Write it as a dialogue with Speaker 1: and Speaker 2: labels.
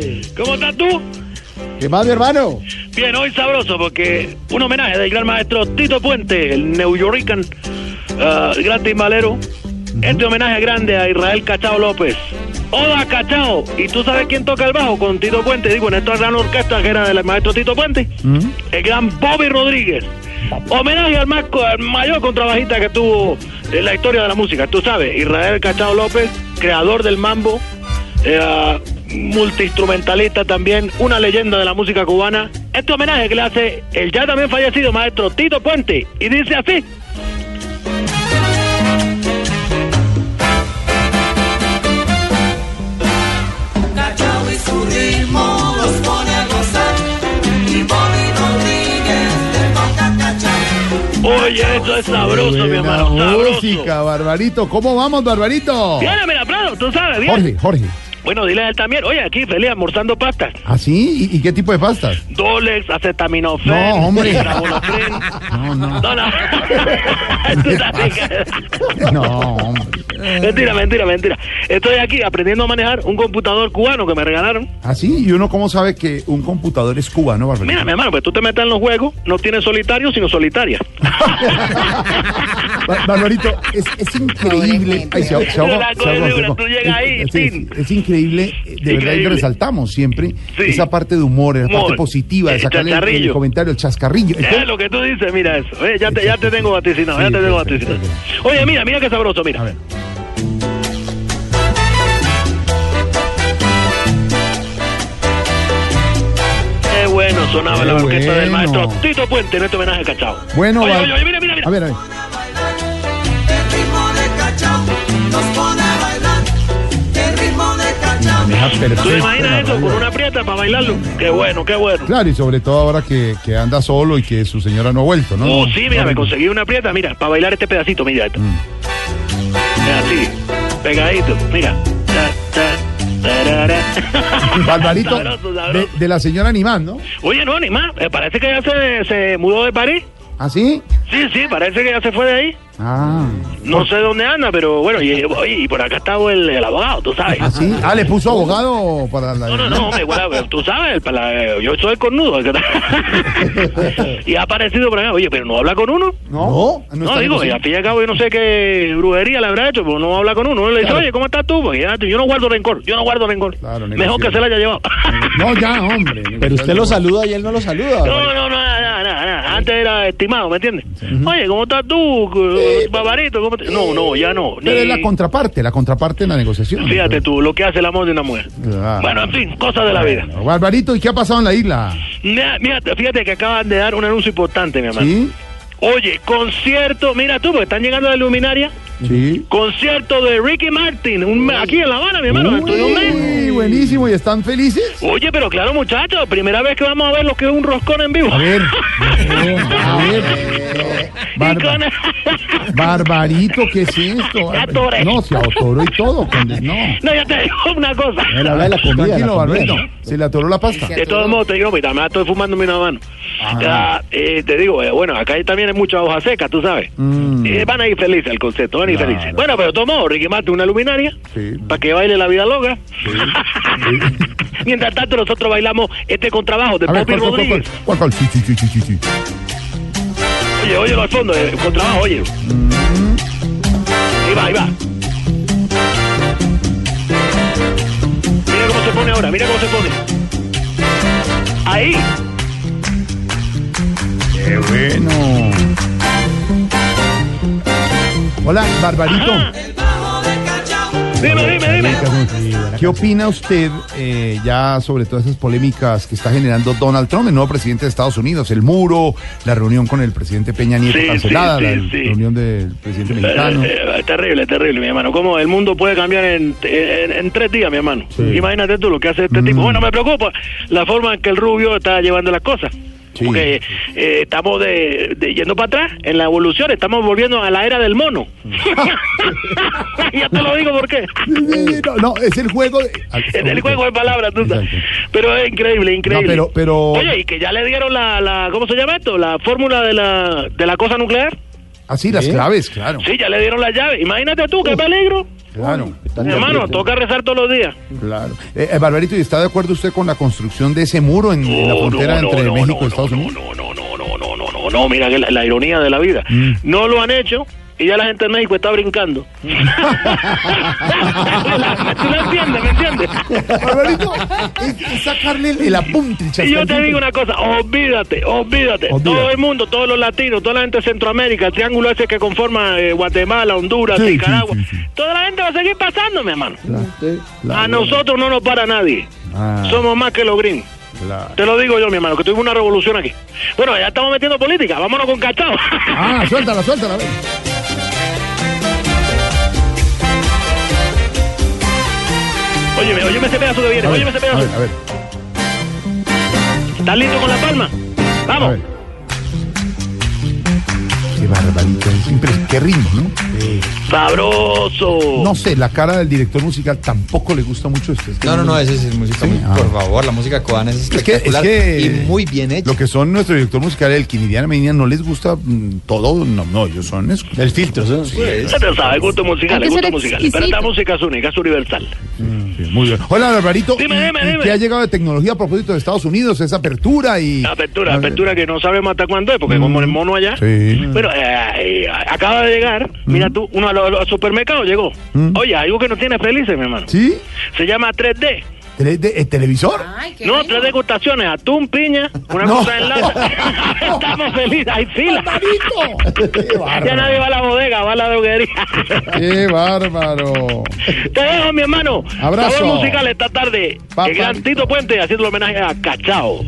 Speaker 1: estás tú?
Speaker 2: ¡Eh! ¿Qué más, mi hermano?
Speaker 1: Bien, hoy sabroso porque un homenaje del gran maestro Tito Puente, el New Yorican, ah, el gran timbalero. Este homenaje grande a Israel Cachao López. Oda Cachao. ¿Y tú sabes quién toca el bajo con Tito Puente? Digo, en esta gran orquesta que era del maestro Tito Puente.
Speaker 2: ¿Mm?
Speaker 1: El gran Bobby Rodríguez. Homenaje al, más, co- al mayor contrabajista que tuvo en la historia de la música. Tú sabes, Israel Cachao López, creador del mambo, era multiinstrumentalista también, una leyenda de la música cubana. Este homenaje que le hace el ya también fallecido maestro Tito Puente. Y dice así.
Speaker 3: Cachao y su ritmo los pone a gozar. Y Bobby Rodríguez le toca a Cachao.
Speaker 1: Oye, eso es sabroso, mi
Speaker 2: Buena
Speaker 1: hermano. Sabroso.
Speaker 2: música, Barbarito. ¿Cómo vamos, Barbarito?
Speaker 1: Viene, mira, Prado, tú sabes, bien.
Speaker 2: Jorge, Jorge.
Speaker 1: Bueno, dile a él también. Oye, aquí feliz almorzando pastas.
Speaker 2: ¿Ah, sí? ¿Y, y qué tipo de pastas?
Speaker 1: Dolex, acetaminofén.
Speaker 2: No, hombre.
Speaker 1: Citabolofén.
Speaker 2: No, no.
Speaker 1: No, no. Tú sabes que-
Speaker 2: No, hombre.
Speaker 1: mentira, mentira, mentira. Estoy aquí aprendiendo a manejar un computador cubano que me regalaron.
Speaker 2: ¿Ah, sí? ¿Y uno cómo sabe que un computador es cubano, Barbarito?
Speaker 1: Mira, mi hermano, pues tú te metes en los juegos, no tienes solitario, sino solitaria.
Speaker 2: Ba- Barbarito, es, es increíble. Ay, se ahoga- se ahoga-
Speaker 1: Una
Speaker 2: se ahoga-
Speaker 1: cosa,
Speaker 2: se ahoga.
Speaker 1: tú llegas ahí,
Speaker 2: Es- es-
Speaker 1: tin.
Speaker 2: es- es increíble, eh, de verdad, y
Speaker 1: Increíble.
Speaker 2: resaltamos siempre
Speaker 1: Sí.
Speaker 2: esa parte de humor, esa parte
Speaker 1: Humor.
Speaker 2: positiva, de
Speaker 1: El Eh.
Speaker 2: sacarle el, el
Speaker 1: chascarrillo.
Speaker 2: comentario, el chascarrillo.
Speaker 1: Es lo que tú dices, mira eso. Oye, ya, te, ya te tengo vaticinado, ya
Speaker 2: Sí,
Speaker 1: te tengo
Speaker 2: perfecto,
Speaker 1: vaticinado. Oye, mira, mira qué sabroso, mira.
Speaker 2: A ver.
Speaker 1: Qué bueno sonaba
Speaker 2: Qué
Speaker 1: la orquesta del
Speaker 2: bueno.
Speaker 1: maestro Tito Puente en este homenaje al Cachao.
Speaker 2: Bueno,
Speaker 1: oye,
Speaker 2: Bar-
Speaker 1: oye, oye, mira, mira, mira.
Speaker 2: A ver, a ver.
Speaker 3: El ritmo de Cachao los pone a bailar. El ritmo de Cachao.
Speaker 2: Maneja
Speaker 1: ¿Tú
Speaker 2: perfecto,
Speaker 1: te imaginas eso
Speaker 2: Barbarito.
Speaker 1: con una prieta para bailarlo? Qué bueno, qué bueno.
Speaker 2: Claro, y sobre todo ahora que, que anda solo y que su señora no ha vuelto, ¿no?
Speaker 1: Oh, sí, mira, me conseguí una prieta, mira, para bailar este pedacito, mira. esto.
Speaker 2: Mm.
Speaker 1: Mira, así, pegadito, mira. Ta, ta, tarara.
Speaker 2: Barbarito,
Speaker 1: Sabroso,
Speaker 2: de,
Speaker 1: sabroso.
Speaker 2: de la señora Nimán, ¿no?
Speaker 1: Oye, no, ni más, eh, parece que ya se, se mudó de París.
Speaker 2: ¿Ah, sí?
Speaker 1: Sí, sí, parece que ya se fue de ahí.
Speaker 2: Ah,
Speaker 1: No sé dónde anda, pero bueno, y, oye, y por acá estaba el, el abogado, tú sabes.
Speaker 2: ¿ah, sí? Ah, ¿le puso abogado para la...
Speaker 1: No, no, no, hombre, güera, pero tú sabes, para la- yo soy cornudo. y ha aparecido por acá, oye, pero no habla con uno.
Speaker 2: No, Ah, no,
Speaker 1: No, digo,
Speaker 2: está
Speaker 1: y
Speaker 2: negocio.
Speaker 1: al fin y al cabo yo no sé qué brujería le habrá hecho, pero no habla con uno. Uno le dice, oye, ¿cómo estás tú? Porque ya, yo no guardo rencor, yo no guardo rencor.
Speaker 2: Claro,
Speaker 1: Mejor que
Speaker 2: negociación.
Speaker 1: se la haya llevado.
Speaker 2: No, ya, hombre.
Speaker 4: Pero usted lo saluda y él no lo saluda.
Speaker 1: no, no, nada, nada, nada, nada. Antes era estimado, ¿me entiendes? Oye, ¿cómo estás tú, babarito? ¿Cómo te- No, no, ya no.
Speaker 2: Pero es
Speaker 1: ni-
Speaker 2: la contraparte, la contraparte en la negociación.
Speaker 1: Fíjate tú, lo que hace el amor de una mujer.
Speaker 2: Claro.
Speaker 1: Bueno, en fin, cosas de la vida.
Speaker 2: Barbarito, ¿y qué ha pasado en la isla?
Speaker 1: Mira, mira, fíjate que acaban de dar un anuncio importante, mi hermano.
Speaker 2: ¿Sí?
Speaker 1: Oye, concierto, mira tú, porque están llegando la luminaria.
Speaker 2: Sí.
Speaker 1: Concierto de Ricky Martin, un, mes- aquí en La Habana, mi hermano, dentro de un mes.
Speaker 2: Uy, buenísimo, ¿y están felices?
Speaker 1: Oye, pero claro, muchachos, primera vez que vamos a ver lo que es un roscón en vivo.
Speaker 2: A ver, a ver.
Speaker 1: Y
Speaker 2: Barba-
Speaker 1: con-
Speaker 2: Barbarito, ¿qué es esto?
Speaker 1: Ya atoré.
Speaker 2: No, se atoró y todo. conde- No.
Speaker 1: No, ya te digo una cosa.
Speaker 4: Él habla de la comida. de la
Speaker 2: Tranquilo,
Speaker 4: comida.
Speaker 2: Barbarito. Se le atoró la pasta.
Speaker 1: De todos modos, te digo, pues, también estoy fumándome una mano.
Speaker 2: Ajá.
Speaker 1: Ah, eh, te digo, eh, bueno, acá también hay mucha hoja seca, tú sabes.
Speaker 2: Mm.
Speaker 1: Eh, van a ir felices al concepto, van a ir
Speaker 2: Claro.
Speaker 1: felices. Bueno, pero tomó Ricky Martin una luminaria
Speaker 2: Sí.
Speaker 1: para que baile la vida loca. Mientras tanto, nosotros bailamos este contrabajo de
Speaker 2: A ver,
Speaker 1: Bobby
Speaker 2: ¿cuál, cuál, cuál, cuál?
Speaker 1: Rodríguez.
Speaker 2: ¿Cuál, cuál? Sí, sí, sí, sí, sí, sí.
Speaker 1: Oye, óyelo al fondo, eh, contrabajo, oye. Ahí va, ahí va. Mira cómo se pone ahora, mira cómo se pone. Ahí.
Speaker 2: Qué bueno. Hola, Barbarito.
Speaker 1: Ajá.
Speaker 3: El bajo de Cachao.
Speaker 1: Dime, dime, dime.
Speaker 2: ¿Qué opina usted eh, ya sobre todas esas polémicas que está generando Donald Trump, el nuevo presidente de Estados Unidos? El muro, la reunión con el presidente Peña Nieto
Speaker 1: Sí,
Speaker 2: cancelada,
Speaker 1: sí,
Speaker 2: la
Speaker 1: sí, sí.
Speaker 2: reunión del presidente mexicano.
Speaker 1: Eh, eh, terrible, terrible, mi hermano. ¿Cómo el mundo puede cambiar en, en- en tres días, mi hermano?
Speaker 2: Sí. Mm.
Speaker 1: Imagínate tú lo que hace este tipo. Bueno, me preocupa la forma en que el rubio está llevando las cosas.
Speaker 2: Sí.
Speaker 1: Porque eh, estamos de, de- yendo para atrás en la evolución, estamos volviendo a la era del mono. ya te lo digo por qué.
Speaker 2: Eh, No, no, es el juego. de-
Speaker 1: Es el juego de palabras, tú sabes.
Speaker 2: Exacto.
Speaker 1: Pero es increíble, increíble.
Speaker 2: No, pero- pero-
Speaker 1: Oye, y que ya le dieron la, la ¿cómo se llama esto? La fórmula de la, de la cosa nuclear.
Speaker 2: Así, Ah, las claves, claro.
Speaker 1: Sí, ya le dieron la llave. Imagínate tú, qué peligro.
Speaker 2: Claro,
Speaker 4: Tan
Speaker 1: Hermano,
Speaker 4: apriete.
Speaker 1: toca rezar todos los días.
Speaker 2: claro. Eh, eh, Barbarito, ¿y está de acuerdo usted con la construcción de ese muro en, en la
Speaker 1: No,
Speaker 2: frontera
Speaker 1: no,
Speaker 2: entre
Speaker 1: no,
Speaker 2: México
Speaker 1: no,
Speaker 2: y Estados
Speaker 1: no,
Speaker 2: Unidos?
Speaker 1: No, no, no, no, no, no, no, no, mira que la, la ironía de la vida.
Speaker 2: Mm.
Speaker 1: No lo han hecho y ya la gente en México está brincando. ¿Tú lo entiendes? ¿Me entiendes?
Speaker 2: Barbarito, es, es sacarle el, el apunte. el
Speaker 1: Y yo te
Speaker 2: chascarrillo.
Speaker 1: digo una cosa, olvídate, olvídate,
Speaker 2: Olvídate.
Speaker 1: Todo el mundo, todos los latinos, toda la gente de Centroamérica, el triángulo ese que conforma eh, Guatemala, Honduras,
Speaker 2: Sí, sí,
Speaker 1: Nicaragua,
Speaker 2: sí, sí.
Speaker 1: toda la gente va a seguir pasando, mi hermano.
Speaker 4: Sí.
Speaker 1: A nosotros no nos para nadie.
Speaker 2: Ah,
Speaker 1: Somos más que los gringos.
Speaker 2: claro.
Speaker 1: Te lo digo yo, mi hermano, que tuvimos una revolución aquí. Bueno, ya estamos metiendo política, vámonos con Cachao.
Speaker 2: Ah, suéltala, suéltala. a ver.
Speaker 1: Óyeme, óyeme ese pedazo que viene,
Speaker 2: A ver,
Speaker 1: óyeme ese
Speaker 2: a
Speaker 1: pedazo.
Speaker 2: ver, a ver.
Speaker 1: ¿Estás listo con la palma?
Speaker 2: A
Speaker 1: Vamos.
Speaker 2: ver. Qué barbarito, es impres- qué ritmo, ¿no?
Speaker 1: Sabroso.
Speaker 2: No sé, la cara del director musical tampoco le gusta mucho esto. Es que
Speaker 5: No, no, no, esa es música.
Speaker 2: Sí,
Speaker 5: muy-
Speaker 2: ah.
Speaker 5: Por favor, la música cubana es
Speaker 2: Es que, es
Speaker 5: espectacular
Speaker 2: que
Speaker 5: y muy bien hecha.
Speaker 2: Lo que son nuestro director musical, el Quinidiana Medina, no les gusta mm, todo. No, no, ellos son. es-
Speaker 4: El filtro, ¿sí?
Speaker 5: Pues,
Speaker 1: Usted sabe, gusto musical,
Speaker 6: Hay que
Speaker 1: gusto
Speaker 6: ser
Speaker 1: musical.
Speaker 6: exquisito.
Speaker 1: Pero esta música es única, es universal.
Speaker 2: Sí, muy bien. Hola, Barbarito.
Speaker 1: Dime,
Speaker 2: ¿y-
Speaker 1: dime,
Speaker 2: y
Speaker 1: dime.
Speaker 2: ¿Qué ha llegado de tecnología a propósito de Estados Unidos? Esa apertura y.
Speaker 1: Apertura,
Speaker 2: Ah,
Speaker 1: apertura que no sabemos hasta cuándo es, porque como el mono allá.
Speaker 2: Sí. Mm.
Speaker 1: Pero eh, eh, acaba de llegar, mira tú, uno a los- a los supermercados llegó. Oye, algo que nos tiene felices, mi hermano.
Speaker 2: ¿Sí?
Speaker 1: Se llama 3D.
Speaker 2: ¿Tele- de- ¿El televisor?
Speaker 6: Ay, qué
Speaker 1: No,
Speaker 6: bueno.
Speaker 1: tres degustaciones, atún, piña, una
Speaker 2: No.
Speaker 1: cosa en lata. Estamos felices, hay fila.
Speaker 2: ¡Barbarito! ¡Qué
Speaker 1: Ya nadie
Speaker 2: bárbaro!
Speaker 1: va a la bodega, va a la droguería.
Speaker 2: ¡Qué bárbaro!
Speaker 1: Te dejo, mi hermano.
Speaker 2: Abrazo.
Speaker 1: Sabor musical esta tarde.
Speaker 2: Papá.
Speaker 1: El gran Tito Puente haciendo homenaje a Cachao.